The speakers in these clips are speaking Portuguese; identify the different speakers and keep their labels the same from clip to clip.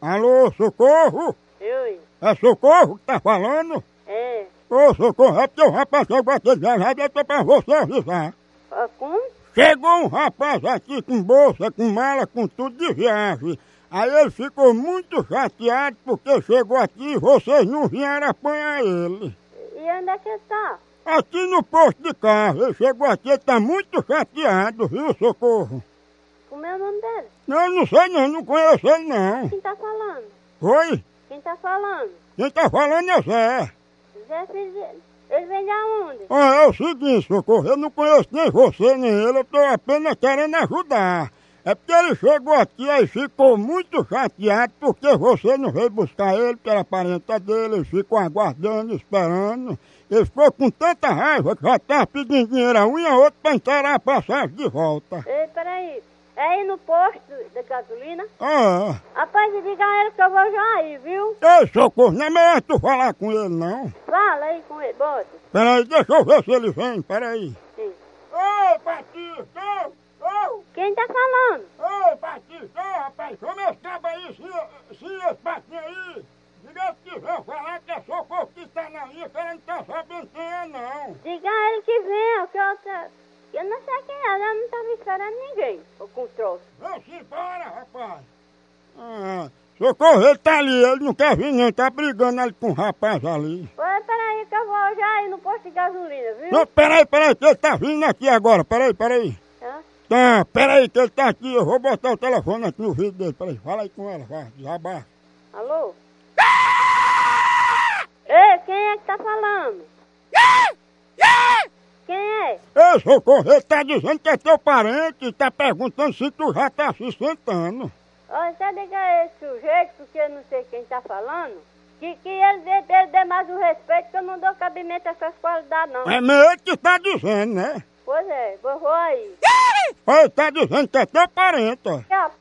Speaker 1: Alô, socorro?
Speaker 2: Oi,
Speaker 1: É socorro que tá falando?
Speaker 2: é.
Speaker 1: Ô, socorro, é porque o rapaz chegou aqui viajado, eu tô pra você avisar.
Speaker 2: Ah, como?
Speaker 1: Chegou um rapaz aqui com bolsa, com mala, com tudo de viagem. Aí ele ficou muito chateado porque chegou aqui e vocês não vieram apanhar ele.
Speaker 2: E onde é que ele tá?
Speaker 1: Aqui no posto de carro, ele chegou aqui, ele tá muito chateado, viu, socorro?
Speaker 2: Como é o nome dele?
Speaker 1: Não, eu não sei não, não conheço ele não.
Speaker 2: Quem tá falando?
Speaker 1: Oi?
Speaker 2: Quem tá falando?
Speaker 1: Quem tá falando é Zé.
Speaker 2: Zé Filho de... Ele vem de onde?
Speaker 1: Ó, é o seguinte, socorro, eu não conheço nem você nem ele, eu tô apenas querendo ajudar. É porque ele chegou aqui e ficou muito chateado porque você não veio buscar ele, que era parenta dele, ele ficou aguardando, esperando. Ele ficou com tanta raiva que já tava pedindo dinheiro a um e a outro pra encarar a passagem de volta.
Speaker 2: Ei, peraí. É aí no posto da gasolina?
Speaker 1: Ah,
Speaker 2: Rapaz, diga a ele que eu vou já aí, viu?
Speaker 1: ei, socorro, não é melhor tu falar com ele não.
Speaker 2: Fala aí com ele, bota.
Speaker 1: Peraí, deixa eu ver se ele vem, peraí.
Speaker 2: Sim.
Speaker 1: Ô, Batista! Ô!
Speaker 2: Quem tá falando?
Speaker 1: Ô, Batista, ô, rapaz, como esse cabo aí, se, se esse patinho aí, direito que vão falar que é socorro que tá na lista, ela não tá sabendo quem é, não.
Speaker 2: Diga a ele que venha, que eu, tá- eu não sei quem é, eu não tava esperando ninguém. O com troço.
Speaker 1: Vamos embora, rapaz. Ah, socorro, ele tá ali, ele não quer vir não, tá brigando ali com o rapaz ali.
Speaker 2: Oi, peraí que eu vou já aí no posto de gasolina, viu?
Speaker 1: Não, peraí, peraí, que ele tá vindo aqui agora, peraí, peraí.
Speaker 2: Tá?
Speaker 1: Tá, peraí que ele tá aqui, eu vou botar o telefone aqui no vídeo dele, peraí, fala aí com ela, vai, desabaixa.
Speaker 2: Alô? Ei, quem é que tá falando? Quem é?
Speaker 1: Ei, socorro, ele tá dizendo que é teu parente e tá perguntando se tu já tá se sentando.
Speaker 2: Olha, só diga a esse sujeito, porque eu não sei quem tá falando, que, é que ele dê, dê, dê mais o respeito, que eu não dou cabimento a essas qualidades, não.
Speaker 1: É meio ele que tá dizendo, né?
Speaker 2: Pois é, vou vou aí.
Speaker 1: Olha, ele tá dizendo que é teu parente, ó.
Speaker 2: Que a p...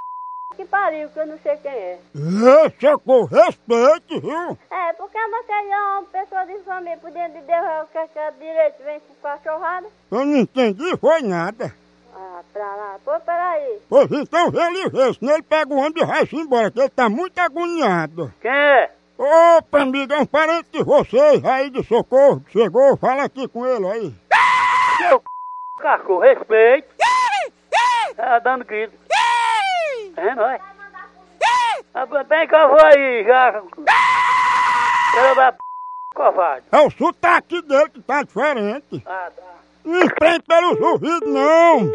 Speaker 2: que pariu, que eu não sei quem é.
Speaker 1: Ei, socorro, respeite, viu?
Speaker 2: É, porque você é uma pessoa de família, por dentro de Deus, é o que é direito, vem com cachorrada.
Speaker 1: Eu não entendi, foi nada.
Speaker 2: Ah, pra lá, pô, peraí.
Speaker 1: Pois então vê ele ver, senão ele pega o ônibus e vai-se embora, que ele tá muito agoniado.
Speaker 2: Quem é?
Speaker 1: Opa, amigo, é um parente de vocês aí de socorro que chegou, fala aqui com ele aí.
Speaker 3: Seu c... cachorro, respeite. Tá dando grito. É nóis. Ah, Bem que eu vou aí, já. Pelo da p... covarde.
Speaker 1: É o sotaque dele que tá diferente.
Speaker 3: Ah, tá.
Speaker 1: Não prende pelos ouvidos, não!